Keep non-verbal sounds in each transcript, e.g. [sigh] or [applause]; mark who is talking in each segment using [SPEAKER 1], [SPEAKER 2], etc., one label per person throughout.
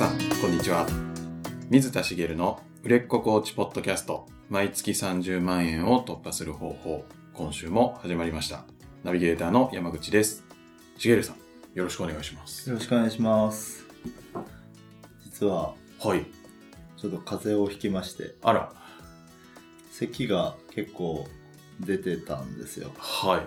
[SPEAKER 1] は。水田茂の売れっ子コーチポッドキャスト、毎月30万円を突破する方法、今週も始まりました。ナビゲーターの山口です。茂さん、よろしくお願いします。
[SPEAKER 2] よろしくお願いします。実は、
[SPEAKER 1] はい。
[SPEAKER 2] ちょっと風邪をひきまして、
[SPEAKER 1] あら、
[SPEAKER 2] 咳が結構出てたんですよ。
[SPEAKER 1] は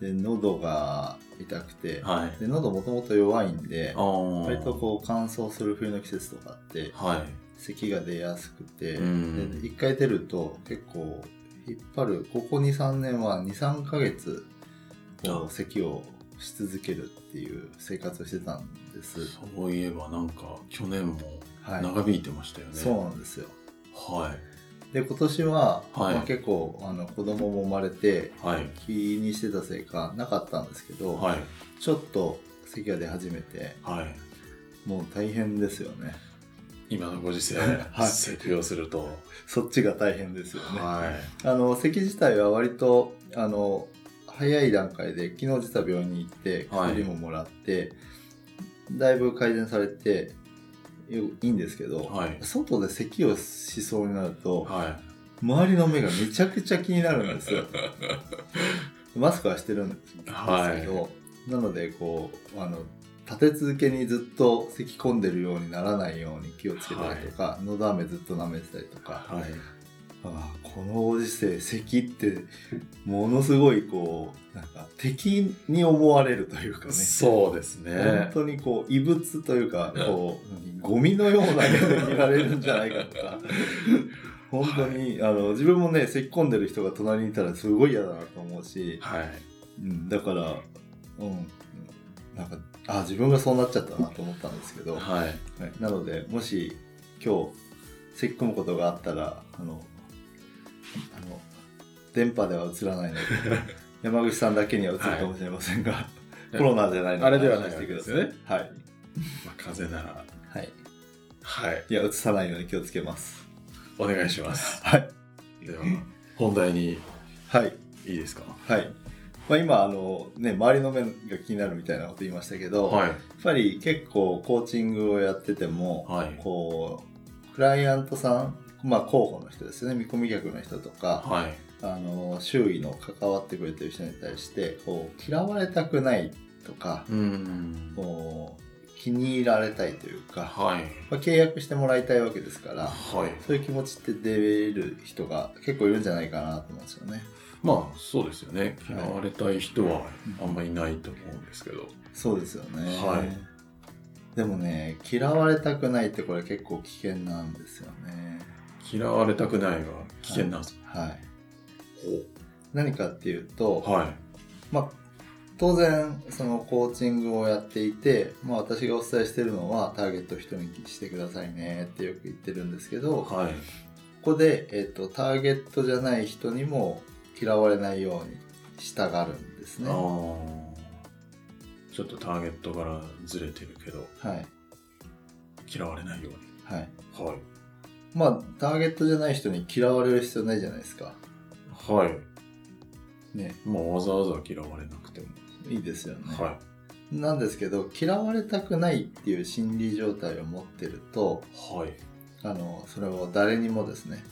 [SPEAKER 2] で、喉が痛くて
[SPEAKER 1] い。、はい。
[SPEAKER 2] で、喉もともと弱いんで
[SPEAKER 1] あ、あ。
[SPEAKER 2] 割とこう乾燥する冬の季節とかって、
[SPEAKER 1] は
[SPEAKER 2] 咳が出やすくて、
[SPEAKER 1] い。
[SPEAKER 2] で
[SPEAKER 1] うん。
[SPEAKER 2] 一回出ると結構引っ張る、ここ2、3年は2、3ヶ月、こ
[SPEAKER 1] あ
[SPEAKER 2] う咳をし続けるっていう生活をしてたんです。
[SPEAKER 1] そういえばなんか、去年も
[SPEAKER 2] はい。
[SPEAKER 1] 長引いてましたよね。
[SPEAKER 2] そうなんですよ。
[SPEAKER 1] は
[SPEAKER 2] で今年は、
[SPEAKER 1] はい
[SPEAKER 2] まあ、結構あの子供も生まれて
[SPEAKER 1] い。はい。
[SPEAKER 2] 気にしてたせいかなかったんですけど、
[SPEAKER 1] はい。
[SPEAKER 2] ちょっと咳が出始めて
[SPEAKER 1] はい。
[SPEAKER 2] もう大変ですよね [laughs]
[SPEAKER 1] 今のご時世、 [laughs]
[SPEAKER 2] はい
[SPEAKER 1] 席をすると。
[SPEAKER 2] そっちが大変ですよね、
[SPEAKER 1] はい。
[SPEAKER 2] あの咳自体は割とあの早い段階で昨日実は病院に行って
[SPEAKER 1] はい
[SPEAKER 2] 薬ももらって、だいぶ改善されてよいいんですけど、
[SPEAKER 1] はい。
[SPEAKER 2] 外で咳をしそうになると、
[SPEAKER 1] は
[SPEAKER 2] 周りの目がめちゃくちゃ気になるんで
[SPEAKER 1] [laughs]
[SPEAKER 2] すよマスクはしてるんですけど、
[SPEAKER 1] は
[SPEAKER 2] なのでこうあの立て続けにずっと咳き込んでるようにならないように気をつけたりとか、のど飴ずっと舐めてたりと
[SPEAKER 1] い。
[SPEAKER 2] か、
[SPEAKER 1] はい。
[SPEAKER 2] ああこのご時世咳ってものすごいこうなんか敵に思われるというかね
[SPEAKER 1] そうです
[SPEAKER 2] 本
[SPEAKER 1] ね。
[SPEAKER 2] 当にこう異物というかこうゴミのような目で見られるんじゃないかと [laughs] か本当に、あの自分もね咳き込んでる人が隣にいたらすごい嫌だなと思うし、
[SPEAKER 1] はい。
[SPEAKER 2] うん、だから、うん、なんかあ自分がそうなっちゃったなと思ったんですけど、は
[SPEAKER 1] はい。
[SPEAKER 2] い、なのでもし今日咳き込むことがあったらあのあの電波では映らない
[SPEAKER 1] [laughs]
[SPEAKER 2] ので山口さんだけには映るかもしれませんが、 [laughs] コロナじゃないの
[SPEAKER 1] あれではない
[SPEAKER 2] 安心してくださ
[SPEAKER 1] わけです
[SPEAKER 2] はい
[SPEAKER 1] まあ、風邪なら、
[SPEAKER 2] はい。
[SPEAKER 1] はい。
[SPEAKER 2] いや、映さないように気をつけます。
[SPEAKER 1] お願いします。
[SPEAKER 2] はい。
[SPEAKER 1] では、本題に
[SPEAKER 2] はい。
[SPEAKER 1] いいですか
[SPEAKER 2] はい。まあ、今、あの、ね、周りの目が気になるみたいなこと言いましたけど、
[SPEAKER 1] はい。
[SPEAKER 2] やっぱり結構コーチングをやってても、
[SPEAKER 1] はい。
[SPEAKER 2] こう、クライアントさん、まあ、候補の人ですね、見込み客の人とか、
[SPEAKER 1] はい。
[SPEAKER 2] あの、周囲の関わってくれてる人に対して、こう、嫌われたくないとか、
[SPEAKER 1] うん。
[SPEAKER 2] こう、気に入られたいというか、
[SPEAKER 1] はい。
[SPEAKER 2] まあ、契約してもらいたいわけですから、
[SPEAKER 1] はい。
[SPEAKER 2] そういう気持ちって出る人が結構いるんじゃないかなと思うんですよね。
[SPEAKER 1] まあ、そうですよね。嫌われたい人はあ
[SPEAKER 2] うん
[SPEAKER 1] んまりいないと思うんですけど。
[SPEAKER 2] そうですよね。
[SPEAKER 1] はい
[SPEAKER 2] でもね、嫌われたくないってこれ結構危険なんですよね。
[SPEAKER 1] 嫌われたくないが危険なんです
[SPEAKER 2] はい。
[SPEAKER 1] か
[SPEAKER 2] 何かっていうと、
[SPEAKER 1] はい。
[SPEAKER 2] まあ、当然、そのコーチングをやっていて、まあ私がお伝えしてるのはターゲットを人にしてくださいねってよく言ってるんですけど、こ
[SPEAKER 1] はい。
[SPEAKER 2] こで、えっと、ターゲットじゃない人にも嫌われないようにしたがるんですね。
[SPEAKER 1] あ
[SPEAKER 2] は
[SPEAKER 1] ーちょっとターゲットからずれてるけど
[SPEAKER 2] い。
[SPEAKER 1] 嫌われないように
[SPEAKER 2] はい。
[SPEAKER 1] はい
[SPEAKER 2] まあ、ターゲットじゃない人に嫌われる必要ないじゃないですか。
[SPEAKER 1] はい
[SPEAKER 2] ね。
[SPEAKER 1] まあわざわざ嫌われなくても
[SPEAKER 2] いいですよね。
[SPEAKER 1] は
[SPEAKER 2] なんですけど、嫌われたくないっていう心理状態を持ってると、
[SPEAKER 1] いはい
[SPEAKER 2] あの、それを誰にもですね、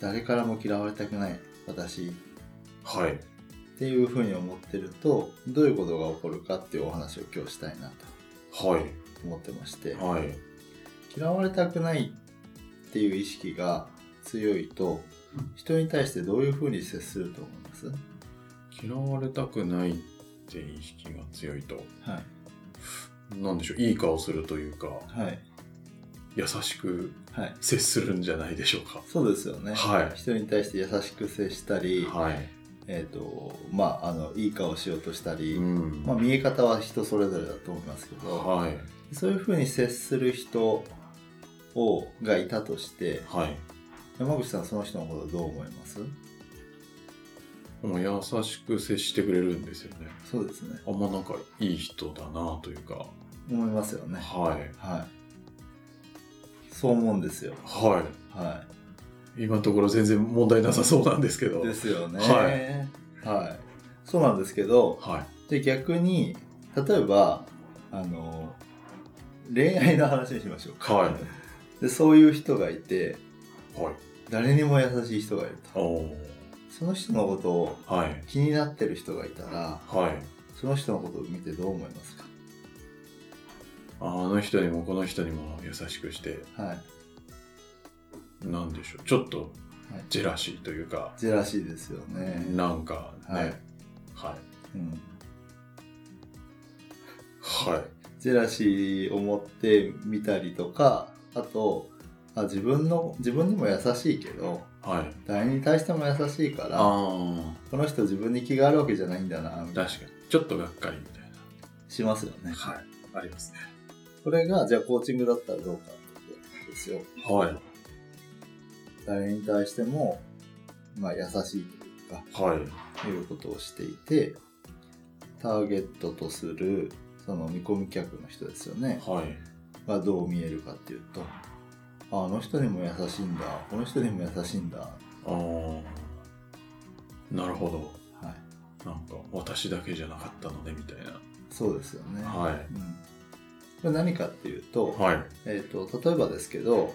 [SPEAKER 2] 誰からも嫌われたくない、私
[SPEAKER 1] はい
[SPEAKER 2] っていうふうに思ってると、どういうことが起こるかっていうお話を今日したいなと
[SPEAKER 1] はい
[SPEAKER 2] 思ってまして、
[SPEAKER 1] はい
[SPEAKER 2] 嫌われたくないっていう意識が強いと、人に対してどういうふうに接すると思います
[SPEAKER 1] 嫌われたくないって意識が強いと
[SPEAKER 2] はい。
[SPEAKER 1] なんでしょういい顔するというか
[SPEAKER 2] はい。
[SPEAKER 1] 優しく
[SPEAKER 2] はい。
[SPEAKER 1] 接するんじゃないでしょうか
[SPEAKER 2] そうですよね。
[SPEAKER 1] はい
[SPEAKER 2] 人に対して優しく接したり、
[SPEAKER 1] はい
[SPEAKER 2] えっ、と、まあ、あの、いい顔しようとしたり、
[SPEAKER 1] うん
[SPEAKER 2] まあ、見え方は人それぞれだと思いますけど、
[SPEAKER 1] はい
[SPEAKER 2] そういうふうに接する人を、がいたとして、
[SPEAKER 1] はい
[SPEAKER 2] 山口さん、その人のことどう思います
[SPEAKER 1] もう優しく接してくれるんですよね
[SPEAKER 2] そうですね。
[SPEAKER 1] あんまなんかいい人だなというか
[SPEAKER 2] 思いますよね。
[SPEAKER 1] はい
[SPEAKER 2] はい。そう思うんですよ。
[SPEAKER 1] はい
[SPEAKER 2] は
[SPEAKER 1] 今のところ全然問題なさそうなんですけど。
[SPEAKER 2] い。ですよね。
[SPEAKER 1] は
[SPEAKER 2] はい。そうなんですけど、
[SPEAKER 1] は
[SPEAKER 2] で逆に例えばあの恋愛の話にしましょうか、
[SPEAKER 1] は
[SPEAKER 2] でそういう人がいて
[SPEAKER 1] はい。
[SPEAKER 2] 誰にも優しい人がいると
[SPEAKER 1] おお。
[SPEAKER 2] その人のことを
[SPEAKER 1] はい。
[SPEAKER 2] 気になってる人がいたら
[SPEAKER 1] はい。
[SPEAKER 2] その人のことを見てどう思います
[SPEAKER 1] あの人にもこの人にも優しくして、
[SPEAKER 2] かはい
[SPEAKER 1] なんでしょう。ちょっと
[SPEAKER 2] はい、
[SPEAKER 1] ジェラシーというか、
[SPEAKER 2] ジェラシーですよね、
[SPEAKER 1] なんか
[SPEAKER 2] は
[SPEAKER 1] ねはい。
[SPEAKER 2] い。うん、
[SPEAKER 1] はい。
[SPEAKER 2] ジェラシーを持ってみたりとかあとあ自分の自分にも優しいけど
[SPEAKER 1] はい。
[SPEAKER 2] 誰に対しても優しいから
[SPEAKER 1] あ
[SPEAKER 2] この人自分に気があるわけじゃないんだなみ
[SPEAKER 1] あ。
[SPEAKER 2] たいな
[SPEAKER 1] 確かに。ちょっとがっかりみたい
[SPEAKER 2] しますよね
[SPEAKER 1] な。はい。ありますね。
[SPEAKER 2] これがじゃあコーチングだったらどうかってことですよ
[SPEAKER 1] はい。
[SPEAKER 2] 誰に対しても、まあ、優しいというか
[SPEAKER 1] はい。
[SPEAKER 2] いうことをしていてターゲットとするその見込み客の人ですよね
[SPEAKER 1] はい。
[SPEAKER 2] がどう見えるかっていうとああの人にも優しいんだこの人にも優しいんだは
[SPEAKER 1] ああ。なるほど。
[SPEAKER 2] い
[SPEAKER 1] なんか、私だけじゃなかったのね、みたい
[SPEAKER 2] そうですよね、
[SPEAKER 1] な。はい。
[SPEAKER 2] うん、これ何かっていうと,、
[SPEAKER 1] はい。
[SPEAKER 2] えー、と例えばですけどお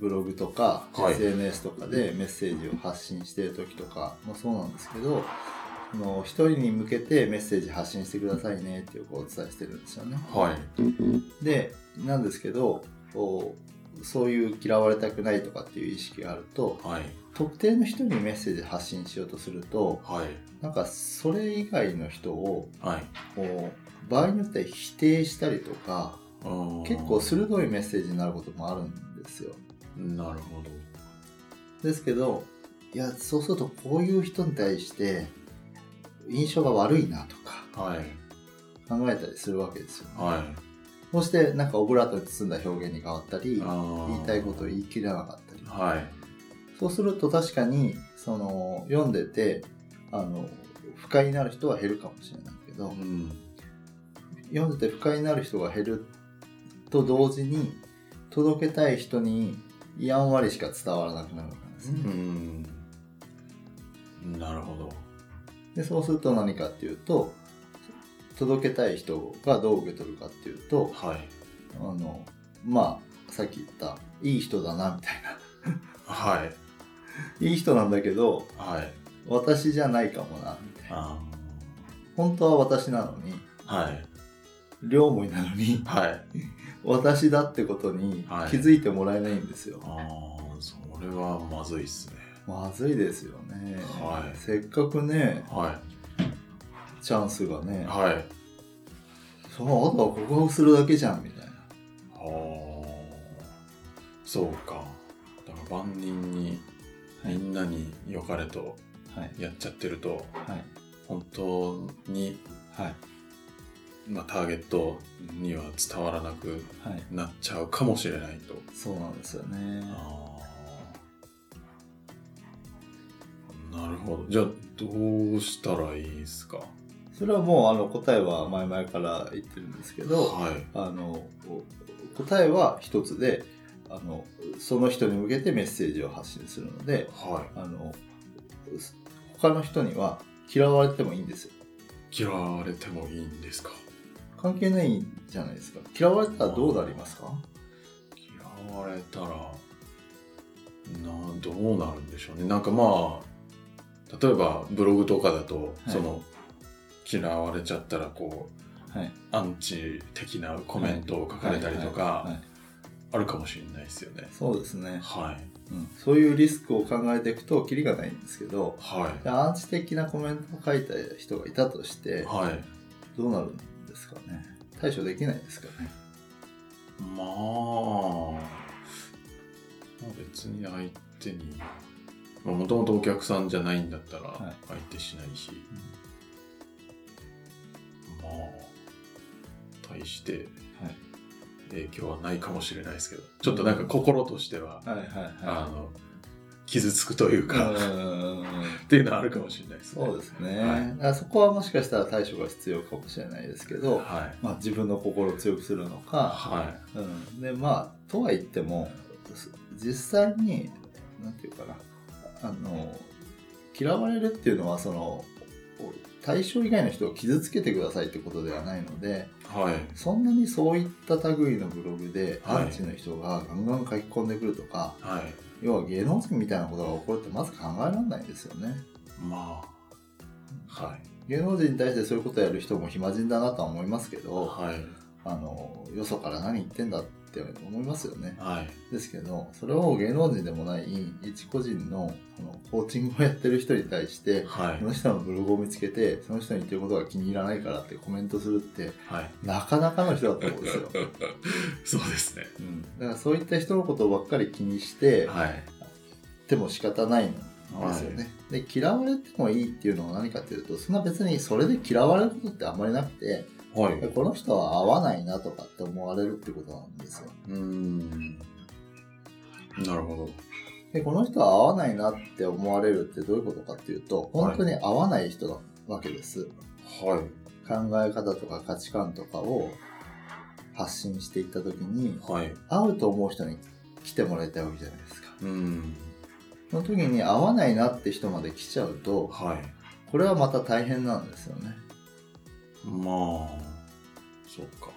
[SPEAKER 2] ブログとか
[SPEAKER 1] はい
[SPEAKER 2] SNS とかでメッセージを発信してる時とかもそうなんですけどその一人に向けてメッセージ発信してくださいねっていうこうお伝えしてるんですよね。
[SPEAKER 1] はい。
[SPEAKER 2] でなんですけどおそういう嫌われたくないとかっていう意識があると
[SPEAKER 1] はい。
[SPEAKER 2] 特定の人にメッセージ発信しようとすると
[SPEAKER 1] はい。
[SPEAKER 2] なんかそれ以外の人を
[SPEAKER 1] はい。
[SPEAKER 2] こう場合によっては否定したりとか
[SPEAKER 1] あー
[SPEAKER 2] 結構鋭いメッセージになることもあるんですよ
[SPEAKER 1] なるほど。
[SPEAKER 2] ですけどいやそうするとこういう人に対して印象が悪いなとか
[SPEAKER 1] はい。
[SPEAKER 2] 考えたりするわけですよ、ね
[SPEAKER 1] はい。
[SPEAKER 2] そしてなんかオブラートに包んだ表現に変わったり言
[SPEAKER 1] 言
[SPEAKER 2] いたいことを言い切れなかったり
[SPEAKER 1] はい。
[SPEAKER 2] そうすると確かにその読んでてあの不快になる人は減るかもしれないけど、
[SPEAKER 1] うん。
[SPEAKER 2] 読んでて不快になる人が減ると同時に届けたい人にやんわりしか伝わらなくなるわけなんですね、
[SPEAKER 1] うん。なるほど。
[SPEAKER 2] でそうすると何かっていうと届けたい人がどう受け取るかっていうと
[SPEAKER 1] はい。
[SPEAKER 2] あのまあさっき言ったいい人だなみたいな
[SPEAKER 1] はい。
[SPEAKER 2] いい人なん [laughs] だけど
[SPEAKER 1] はい。
[SPEAKER 2] 私じゃないかもなみたいな
[SPEAKER 1] あ
[SPEAKER 2] 本当は私なのに
[SPEAKER 1] ーはい。
[SPEAKER 2] 両思いなのに [laughs]
[SPEAKER 1] はい。
[SPEAKER 2] 私だってことに
[SPEAKER 1] はい
[SPEAKER 2] 気づいてもらえないんですよ、
[SPEAKER 1] ああ、それはまずいっすね。
[SPEAKER 2] まずいですよね、
[SPEAKER 1] はい
[SPEAKER 2] せっかくね
[SPEAKER 1] は
[SPEAKER 2] チャンスが
[SPEAKER 1] い。
[SPEAKER 2] ね
[SPEAKER 1] はい。あ
[SPEAKER 2] そのあとは告白するだけじゃんみたいな
[SPEAKER 1] あ。そうか。だから万人に、みんなに良かれと
[SPEAKER 2] はい
[SPEAKER 1] やっちゃってると、
[SPEAKER 2] はい
[SPEAKER 1] 本当に、
[SPEAKER 2] はい
[SPEAKER 1] まあ、ターゲットには伝わらなく
[SPEAKER 2] はい
[SPEAKER 1] なっちゃうかもしれないと。
[SPEAKER 2] そうなんですよね
[SPEAKER 1] あーなるほど。じゃあ、どうしたらいいですか
[SPEAKER 2] それはもうあの答えは前々から言ってるんですけど
[SPEAKER 1] はい。
[SPEAKER 2] あのお答えは一つであのその人に向けてメッセージを発信するので
[SPEAKER 1] は
[SPEAKER 2] あのす他の人には嫌われてもいいんですよ
[SPEAKER 1] い。嫌われてもいいんですか
[SPEAKER 2] 関係ないじゃないですか嫌われたらどうなりますか
[SPEAKER 1] 嫌われたら、な、どうなるんでしょうね。なんかまあ、例えばブログとかだと、
[SPEAKER 2] はい
[SPEAKER 1] その、嫌われちゃったら、こう、
[SPEAKER 2] はい
[SPEAKER 1] アンチ的なコメントを書かれたりと
[SPEAKER 2] はいはい
[SPEAKER 1] か、
[SPEAKER 2] はい
[SPEAKER 1] あるかもしれないですよね。
[SPEAKER 2] そうですね
[SPEAKER 1] はい。
[SPEAKER 2] そういうリスクを考えていくとキリがないんですけど
[SPEAKER 1] はい。
[SPEAKER 2] アンチ的なコメントを書いた人がいたとして
[SPEAKER 1] はい。
[SPEAKER 2] どうなるんですかね対処できないですかね
[SPEAKER 1] まあ、まあ別に相手に、まあ、もともとお客さんじゃないんだったら
[SPEAKER 2] は
[SPEAKER 1] 相手しないし、まあ、対して
[SPEAKER 2] はい
[SPEAKER 1] 影響はないかもしれないですけど、ちょっとなんか心としては、
[SPEAKER 2] はいはい
[SPEAKER 1] あの、傷つくというか、
[SPEAKER 2] う
[SPEAKER 1] っ
[SPEAKER 2] ーん
[SPEAKER 1] ていうのはあるかもしれないですね。
[SPEAKER 2] そうですね、
[SPEAKER 1] はい
[SPEAKER 2] だからそこはもしかしたら対処が必要かもしれないですけど、
[SPEAKER 1] はい。
[SPEAKER 2] まあ、自分の心を強くするのか、
[SPEAKER 1] は
[SPEAKER 2] うん、でまあとは言っても実際に何て言うかなあの嫌われるっていうのはその対象以外の人を傷つけてくださいってことではないので
[SPEAKER 1] はい。
[SPEAKER 2] そんなにそういった類のブログでア
[SPEAKER 1] はい
[SPEAKER 2] ンチの人がガンガン書き込んでくるとか、
[SPEAKER 1] はい。
[SPEAKER 2] 要は芸能人みたいなことが起こるってまず考えられないですよね
[SPEAKER 1] まあ。はい。
[SPEAKER 2] 芸能人に対してそういうことやる人も暇人だなとは思いますけど、
[SPEAKER 1] はい。
[SPEAKER 2] あのよそから何言ってんだって思いますよね
[SPEAKER 1] はい。
[SPEAKER 2] ですけどそれを芸能人でもない一個人のあのコーチングをやってる人に対して
[SPEAKER 1] は
[SPEAKER 2] その人のブログを見つけてその人に言ってることが気に入らないからってコメントするって
[SPEAKER 1] い。はい。
[SPEAKER 2] なかなかの人だと思うんで
[SPEAKER 1] [laughs]
[SPEAKER 2] すよ
[SPEAKER 1] そうですね。
[SPEAKER 2] だからそういった人のことばっかり気にして
[SPEAKER 1] はい。
[SPEAKER 2] でも仕方ないんですよね、で嫌われてもいいっていうのは何かっていうとそんな別にそれで嫌われることってあんまりなくて
[SPEAKER 1] はい。
[SPEAKER 2] この人は合わないなとかって思われるってことなんですよ
[SPEAKER 1] うーん。なるほ
[SPEAKER 2] でこの人は合わないなって思われるってどういうことかっていうと本当に合わない人なわけです、
[SPEAKER 1] ど。はい。
[SPEAKER 2] 考え方とか価値観とかを発信していった時に
[SPEAKER 1] はい。
[SPEAKER 2] 合うと思う人に来てもらいたいわけじゃないですか
[SPEAKER 1] うーん。
[SPEAKER 2] その時に合わないなって人まで来ちゃうと
[SPEAKER 1] はい。
[SPEAKER 2] これはまた大変なんですよね
[SPEAKER 1] まあ、そっか。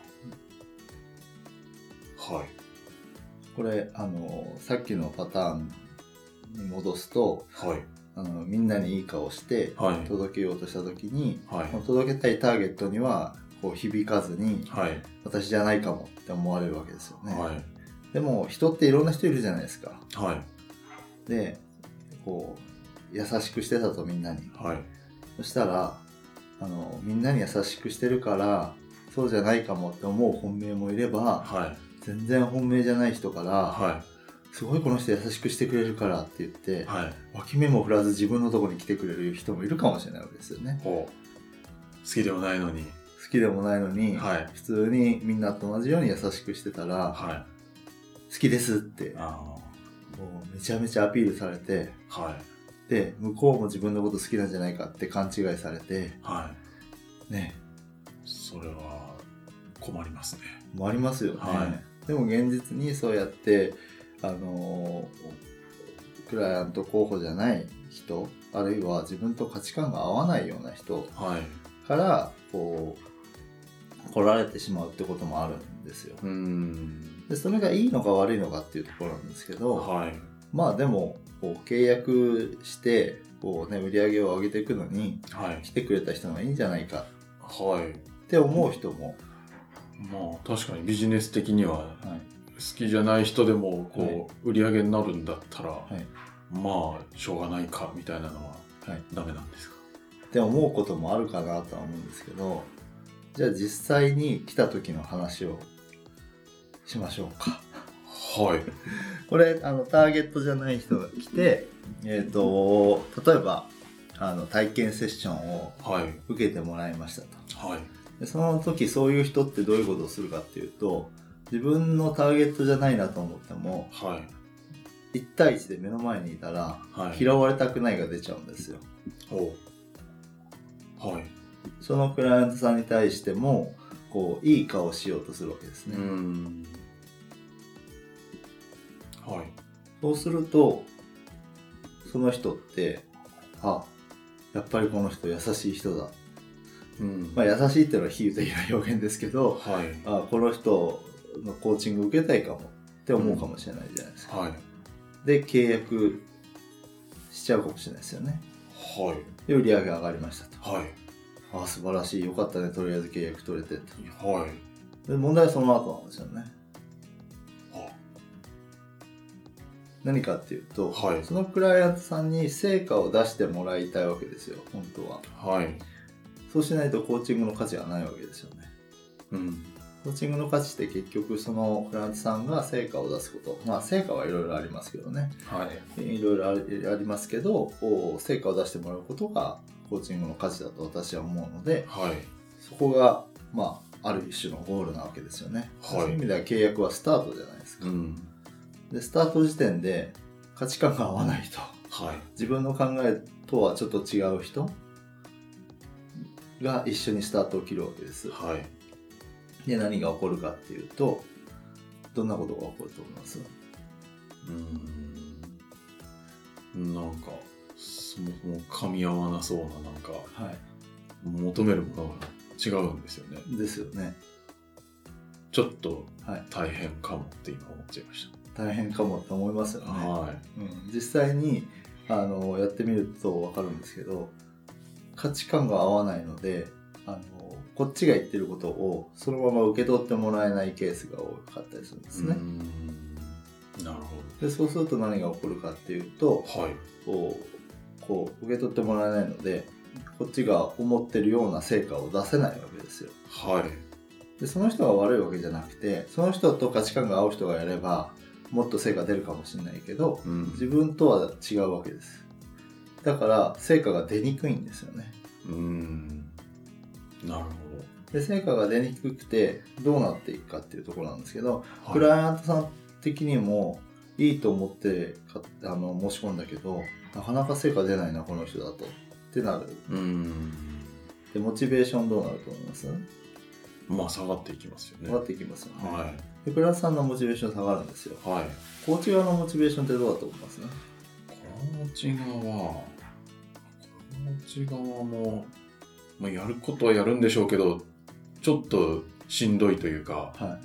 [SPEAKER 1] はい。
[SPEAKER 2] これあのさっきのパターンに戻すと
[SPEAKER 1] はい。
[SPEAKER 2] あのみんなにいい顔して
[SPEAKER 1] はい。
[SPEAKER 2] 届けようとした時に、
[SPEAKER 1] はい。
[SPEAKER 2] 届けたいターゲットにはこう響かずに
[SPEAKER 1] はい。
[SPEAKER 2] 私じゃないかもって思われるわけですよね、
[SPEAKER 1] はい。
[SPEAKER 2] でも人っていろんな人いるじゃないですか
[SPEAKER 1] はい。
[SPEAKER 2] でこう優しくしてたとみんなに
[SPEAKER 1] はい。
[SPEAKER 2] そしたらあのみんなに優しくしてるからそうじゃないかもって思う本命もいれば
[SPEAKER 1] はい。
[SPEAKER 2] 全然本命じゃない人から、
[SPEAKER 1] は
[SPEAKER 2] すごいこの人優しくしてくれるからって言って、
[SPEAKER 1] い。はい。
[SPEAKER 2] 脇目も振らず自分のとこに来てくれる人もいるかもしれないわけですよね
[SPEAKER 1] ほう。好きではないのに。
[SPEAKER 2] 好きでもないのに、
[SPEAKER 1] はい。
[SPEAKER 2] 普通にみんなと同じように優しくしてたら
[SPEAKER 1] はい。
[SPEAKER 2] 好きですって
[SPEAKER 1] あ
[SPEAKER 2] もうめちゃめちゃアピールされて
[SPEAKER 1] あ。はい。
[SPEAKER 2] で向こうも自分のこと好きなんじゃないかって勘違いされて
[SPEAKER 1] は
[SPEAKER 2] ね
[SPEAKER 1] い。それは困りますね。
[SPEAKER 2] 困りますよね、
[SPEAKER 1] は
[SPEAKER 2] でも現実にそうやってあのークライアント候補じゃない人あるいは自分と価値観が合わないような人
[SPEAKER 1] はい。
[SPEAKER 2] からこう来られてしまうってこともあるんですよ
[SPEAKER 1] うーん。
[SPEAKER 2] でそれがいいのか悪いのかっていうところなんですけど、
[SPEAKER 1] はい。
[SPEAKER 2] まあでもこう契約してこう、ね、売り上げを上げていくのに
[SPEAKER 1] はい。
[SPEAKER 2] 来てくれた人がいいんじゃないか
[SPEAKER 1] はい。
[SPEAKER 2] って思う人も、
[SPEAKER 1] まあ確かにビジネス的には
[SPEAKER 2] はい
[SPEAKER 1] 好きじゃない人でもこう売り上げになるんだったら、
[SPEAKER 2] い
[SPEAKER 1] まあしょうがないかみたいなのは
[SPEAKER 2] はい
[SPEAKER 1] ダメなんですか
[SPEAKER 2] って思うこともあるかなとは思うんですけどじゃあ実際に来た時の話をしましょうか。
[SPEAKER 1] はい
[SPEAKER 2] これあのターゲットじゃない人が来て、えー、と例えばあの体験セッションを
[SPEAKER 1] はい
[SPEAKER 2] 受けてもらいましたと
[SPEAKER 1] はい
[SPEAKER 2] でその時そういう人ってどういうことをするかっていうと自分のターゲットじゃないなと思っても
[SPEAKER 1] はい
[SPEAKER 2] 1対1で目の前にいたら
[SPEAKER 1] はい
[SPEAKER 2] 嫌われたくないが出ちゃうんですよ
[SPEAKER 1] おはい
[SPEAKER 2] そのクライアントさんに対してもこういい顔をしようとするわけです
[SPEAKER 1] う
[SPEAKER 2] ね、
[SPEAKER 1] ーんはい
[SPEAKER 2] そうするとその人ってあやっぱりこの人優しい人だ
[SPEAKER 1] うん
[SPEAKER 2] まあ、優しいっていうのは比喩的な表現ですけど
[SPEAKER 1] はい
[SPEAKER 2] あこの人のコーチング受けたいかもって思うかもしれないじゃないですか、
[SPEAKER 1] はい
[SPEAKER 2] で契約しちゃうかもしれないですよね
[SPEAKER 1] はい
[SPEAKER 2] で売り上げ上がりましたと
[SPEAKER 1] はい
[SPEAKER 2] あ素晴らしいよかったねとりあえず契約取れてと
[SPEAKER 1] はい
[SPEAKER 2] で問題はその後なんですよね何かっていうと、
[SPEAKER 1] はい
[SPEAKER 2] そのクライアントさんに成果を出してもらいたいわけですよ本当は
[SPEAKER 1] はい
[SPEAKER 2] そうしないとコーチングの価値がないわけですよね
[SPEAKER 1] うん
[SPEAKER 2] コーチングの価値って結局そのクライアントさんが成果を出すことまあ成果はいろいろありますけどね
[SPEAKER 1] はい
[SPEAKER 2] いろいろありありますけどこう成果を出してもらうことがコーチングの価値だと私は思うので
[SPEAKER 1] はい
[SPEAKER 2] そこがまあある一種のゴールなわけですよね、
[SPEAKER 1] はい
[SPEAKER 2] そういう意味では契約はスタートじゃないですか、
[SPEAKER 1] うん
[SPEAKER 2] でスタート時点で価値観が合わない人
[SPEAKER 1] はい
[SPEAKER 2] 自分の考えとはちょっと違う人が一緒にスタートを切るわけです
[SPEAKER 1] はい
[SPEAKER 2] で何が起こるかっていうとどんなことが起こると思います
[SPEAKER 1] うーんなんかそもそも噛み合わなそうななんか
[SPEAKER 2] はい
[SPEAKER 1] 求めるものが違うんですよね。
[SPEAKER 2] ですよね。
[SPEAKER 1] ちょっと
[SPEAKER 2] はい
[SPEAKER 1] 大変かもって今思っちゃいまし
[SPEAKER 2] 大変かもって思いますよ
[SPEAKER 1] た。
[SPEAKER 2] ね。
[SPEAKER 1] は
[SPEAKER 2] うん、実際にあのやってみると分かるんですけど価値観が合わないのであのこっちが言ってることをそのまま受け取ってもらえないケースが多かったりするんで
[SPEAKER 1] い。
[SPEAKER 2] すね
[SPEAKER 1] うー。んなるほ
[SPEAKER 2] でそうすると何が起こるかっていうと
[SPEAKER 1] ど。はい。
[SPEAKER 2] こうこう受け取ってもらえないのでこっちが思ってるような成果を出せないわけですよ。
[SPEAKER 1] はい。
[SPEAKER 2] でその人が悪いわけじゃなくてその人と価値観が合う人がやればもっと成果出るかもしれないけど
[SPEAKER 1] うん
[SPEAKER 2] 自分とは違うわけですだから成果が出にくいんですよね
[SPEAKER 1] うーん。なるほ
[SPEAKER 2] で成果が出にくくてどうなっていくかっていうところなんですけど、
[SPEAKER 1] ど。
[SPEAKER 2] クライアントさん的にもいいと思ってかあの申し込んだけどなかなか成果出ないなこの人だとってなる
[SPEAKER 1] うーん。
[SPEAKER 2] でモチベーションどうなると思います
[SPEAKER 1] まあ下がっていきますよね。
[SPEAKER 2] 上がっていきますよね、
[SPEAKER 1] は
[SPEAKER 2] でクライアントさんのモチベーション下がるんですよ
[SPEAKER 1] い。はい。
[SPEAKER 2] コーチ側のモチベーションってどうだと思いますね
[SPEAKER 1] コーチ側、コーチ側も、まあ、やることはやるんでしょうけど、ちょっとしんどいというか、
[SPEAKER 2] は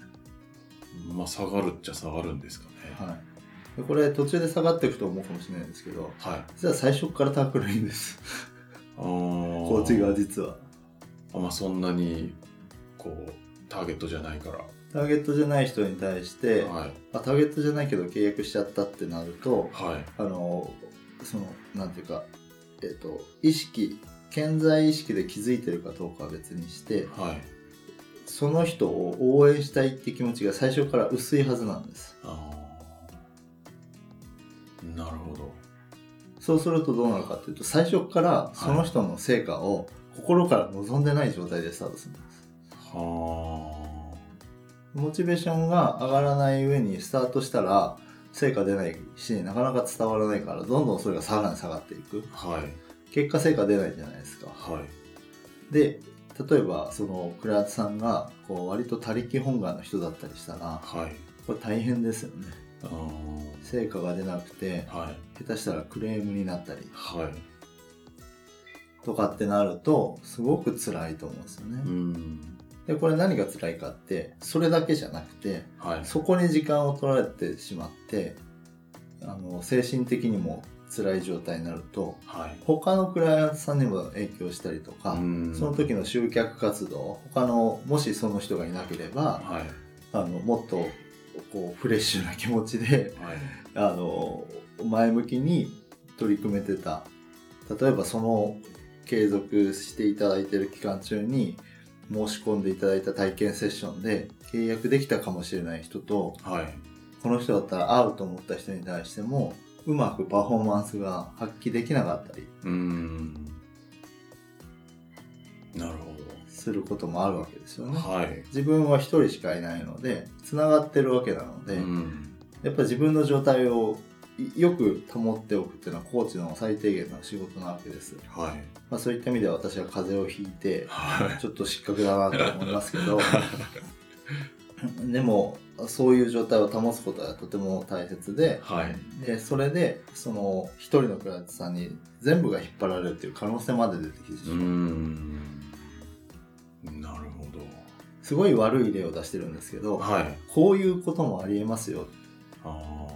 [SPEAKER 1] まあ下がるっちゃ下がるんですかね。
[SPEAKER 2] いはいでこれ途中で下がっていくと思うかもしれないんですけど
[SPEAKER 1] はい。
[SPEAKER 2] 実は最初からタックルインです
[SPEAKER 1] コ
[SPEAKER 2] コーチが実は
[SPEAKER 1] あまあそんなにこうターゲットじゃないから
[SPEAKER 2] ターゲットじゃない人に対して、
[SPEAKER 1] はい
[SPEAKER 2] あターゲットじゃないけど契約しちゃったってなると
[SPEAKER 1] はい
[SPEAKER 2] あのそのなんていうかえっ、と意識健在意識で気づいてるかどうかは別にして
[SPEAKER 1] はい
[SPEAKER 2] その人を応援したいって気持ちが最初から薄いはずなんです
[SPEAKER 1] あーなるほど
[SPEAKER 2] そうするとどうなるかっていうと最初からその人の成果を心から望んでない状態でスタートするんです
[SPEAKER 1] は
[SPEAKER 2] モチベーションが上がらない上にスタートしたら成果出ないしなかなか伝わらないからどんどんそれがさらに下がっていく
[SPEAKER 1] あはい
[SPEAKER 2] 結果成果出ないじゃないですか
[SPEAKER 1] はい
[SPEAKER 2] で例えばそのクライアントさんがこう割と他力本願の人だったりしたら
[SPEAKER 1] はい
[SPEAKER 2] これ大変ですよね
[SPEAKER 1] あー
[SPEAKER 2] 成果が出なくて
[SPEAKER 1] はい
[SPEAKER 2] 下手したらクレームになったり
[SPEAKER 1] はい
[SPEAKER 2] とかってなるとすごく辛いと思うんですよ
[SPEAKER 1] う
[SPEAKER 2] ね
[SPEAKER 1] ん
[SPEAKER 2] でこれ何が辛いかってそれだけじゃなくて
[SPEAKER 1] はい
[SPEAKER 2] そこに時間を取られてしまってあの精神的にも辛い状態になると
[SPEAKER 1] はい
[SPEAKER 2] 他のクライアントさんにも影響したりとか、
[SPEAKER 1] うん
[SPEAKER 2] その時の集客活動他のもしその人がいなければ
[SPEAKER 1] はい
[SPEAKER 2] あのもっとこうフレッシュな気持ちで
[SPEAKER 1] はい
[SPEAKER 2] あの前向きに取り組めてた例えばその継続していただいてる期間中に申し込んでいただいた体験セッションで契約できたかもしれない人と
[SPEAKER 1] はい
[SPEAKER 2] この人だったら合うと思った人に対してもうまくパフォーマンスが発揮できなかったり
[SPEAKER 1] うんなるほ
[SPEAKER 2] することもあるわけですよ
[SPEAKER 1] ど
[SPEAKER 2] ね。
[SPEAKER 1] はい
[SPEAKER 2] 自分は一人しかいないのでつながってるわけなので、
[SPEAKER 1] うん
[SPEAKER 2] やっぱ自分の状態をいよく保っておくっていうのはコーチの最低限の仕事なわけです、
[SPEAKER 1] はい
[SPEAKER 2] まあ、そういった意味では私は風邪をひいて
[SPEAKER 1] はい
[SPEAKER 2] ちょっと失格だなと思いますけど [laughs] でもそういう状態を保つことがとても大切で
[SPEAKER 1] はい
[SPEAKER 2] でそれでその一人のクライアントさんに全部が引っ張られるっていう可能性まで出てきてし
[SPEAKER 1] う
[SPEAKER 2] ま
[SPEAKER 1] ー
[SPEAKER 2] うん
[SPEAKER 1] なるほ
[SPEAKER 2] すごい悪い例を出してるんですけ
[SPEAKER 1] ど。
[SPEAKER 2] ど
[SPEAKER 1] はい。
[SPEAKER 2] こういうこともありえますよ
[SPEAKER 1] あ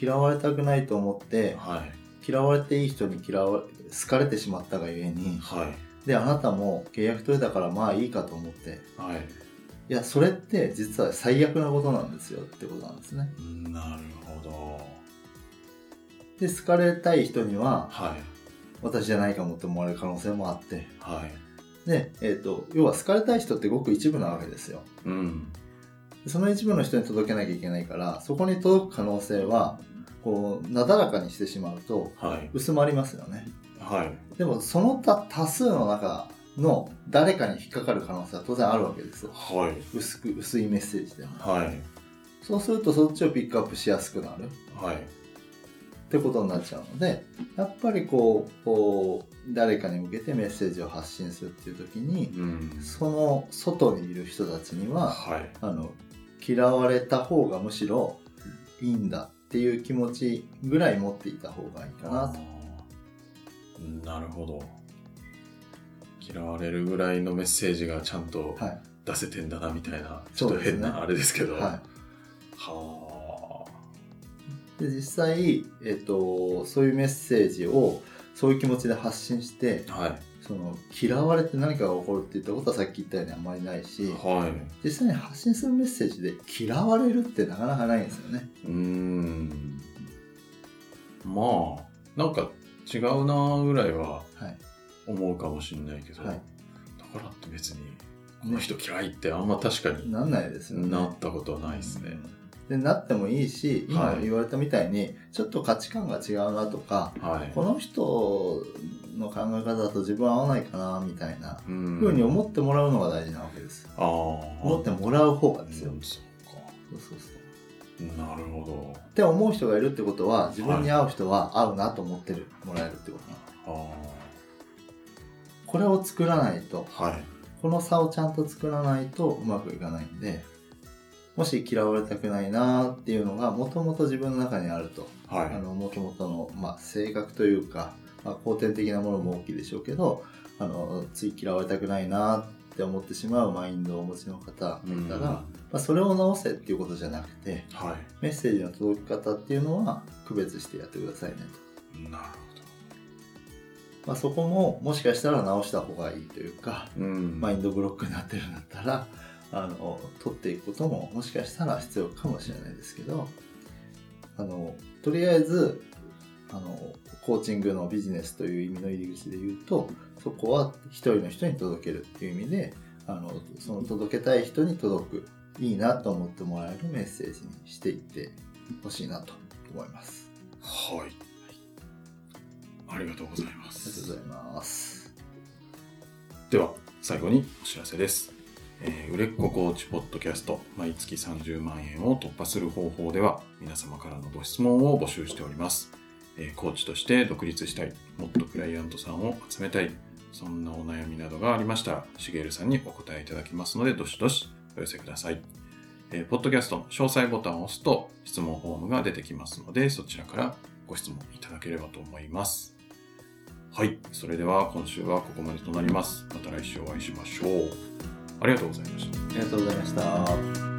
[SPEAKER 2] 嫌われたくないと思って
[SPEAKER 1] あ。はい。
[SPEAKER 2] 嫌われていい人に嫌われ好かれてしまったがゆえに
[SPEAKER 1] はい。
[SPEAKER 2] であなたも契約取れたからまあいいかと思って
[SPEAKER 1] はい。
[SPEAKER 2] いやそれって実は最悪なことなんですよってことなんですね
[SPEAKER 1] なるほど。
[SPEAKER 2] で好かれたい人には
[SPEAKER 1] はい。
[SPEAKER 2] 私じゃないかもって思われる可能性もあって
[SPEAKER 1] はい。
[SPEAKER 2] で、えー、と要は好かれたい人ってごく一部なわけですよ
[SPEAKER 1] うん。
[SPEAKER 2] その一部の人に届けなきゃいけないからそこに届く可能性はこうなだらかにしてしまうと
[SPEAKER 1] はい。
[SPEAKER 2] 薄まりますよね
[SPEAKER 1] はい。
[SPEAKER 2] でもその他多数の中の誰かに引っかかる可能性は当然あるわけですよ
[SPEAKER 1] はい。
[SPEAKER 2] 薄く薄いメッセージでも
[SPEAKER 1] はい。
[SPEAKER 2] そうするとそっちをピックアップしやすくなるっ
[SPEAKER 1] はい。
[SPEAKER 2] てことになっちゃうのでやっぱりこうこう誰かに向けてメッセージを発信するっていう時に
[SPEAKER 1] うん。
[SPEAKER 2] その外にいる人たちには
[SPEAKER 1] はい。
[SPEAKER 2] あの嫌われた方がむしろいいんだっていう気持ちぐらい持っていた方がいいかなと
[SPEAKER 1] なるほど。嫌われるぐらいのメッセージがちゃんと
[SPEAKER 2] はい
[SPEAKER 1] 出せてんだなみたいな、ちょっ
[SPEAKER 2] そう
[SPEAKER 1] と
[SPEAKER 2] ですね
[SPEAKER 1] 変なあれですけど。
[SPEAKER 2] は
[SPEAKER 1] は
[SPEAKER 2] で実際、えっとそういうメッセージをそういう気持ちで発信して
[SPEAKER 1] あ。はい。
[SPEAKER 2] その嫌われて何かが起こるって言ったことはさっき言ったようにあんまりないし
[SPEAKER 1] はい。
[SPEAKER 2] 実際に発信するメッセージで嫌われるってなかなかないんですよね。
[SPEAKER 1] うーんまあなんか違うなぐらいは
[SPEAKER 2] はい
[SPEAKER 1] 思うかもしれないけど、
[SPEAKER 2] はい
[SPEAKER 1] だからって別にこの人嫌いってあんま確かに
[SPEAKER 2] なんないですよね。
[SPEAKER 1] なったことはないですね。
[SPEAKER 2] でなってもいいし
[SPEAKER 1] は
[SPEAKER 2] 今
[SPEAKER 1] い
[SPEAKER 2] 言われたみたいに、ちょっと価値観が違うなとか
[SPEAKER 1] はい。
[SPEAKER 2] この人の考え方だと自分は合わないかなみたいな
[SPEAKER 1] うん
[SPEAKER 2] ふうに思ってもらうのが大事なわけです。
[SPEAKER 1] ああ
[SPEAKER 2] 思ってもらう方がですよ。
[SPEAKER 1] うんそう
[SPEAKER 2] そうそうそう
[SPEAKER 1] かなるほ
[SPEAKER 2] って思う人がいるってことは自分に合う人は合うなと思ってる、もらえるってことなの
[SPEAKER 1] ど
[SPEAKER 2] これを作らないと
[SPEAKER 1] ああはい
[SPEAKER 2] この差をちゃんと作らないとうまくいかないんでもし嫌われたくないなっていうのがもともと自分の中にあると
[SPEAKER 1] はい
[SPEAKER 2] あの元々の、まあ、性格というか、まあ、後天的なものも大きいでしょうけどあのつい嫌われたくないなって思ってしまうマインドをお持ちの方が
[SPEAKER 1] う
[SPEAKER 2] い
[SPEAKER 1] ん
[SPEAKER 2] たら、まあ、それを直せっていうことじゃなくて
[SPEAKER 1] は
[SPEAKER 2] メッセージの届き方っていうのは区別してやってくださいね
[SPEAKER 1] いなる
[SPEAKER 2] と、まあ、そこももしかしたら直した方がいいというか
[SPEAKER 1] ほどうん
[SPEAKER 2] マインドブロックになってるんだったらあの取っていくことももしかしたら必要かもしれないですけどあのとりあえずあのコーチングのビジネスという意味の入り口で言うとそこは一人の人に届けるっていう意味であのその届けたい人に届くいいなと思ってもらえるメッセージにしていってほしいなと思います。
[SPEAKER 1] はいありがとうございま
[SPEAKER 2] ありがとう
[SPEAKER 1] す
[SPEAKER 2] ございます。
[SPEAKER 1] では最後にお知らせです、えー売れっ子コーチポッドキャスト毎月30万円を突破する方法では皆様からのご質問を募集しております、えーコーチとして独立したいもっとクライアントさんを集めたいそんなお悩みなどがありましたらしげるさんにお答えいただきますのでどしどしお寄せください、えーポッドキャストの詳細ボタンを押すと質問フォームが出てきますのでそちらからご質問いただければと思いますはい、それでは今週はここまでとなります。また来週お会いしましょう。ありがとうございました。
[SPEAKER 2] ありがとうございました。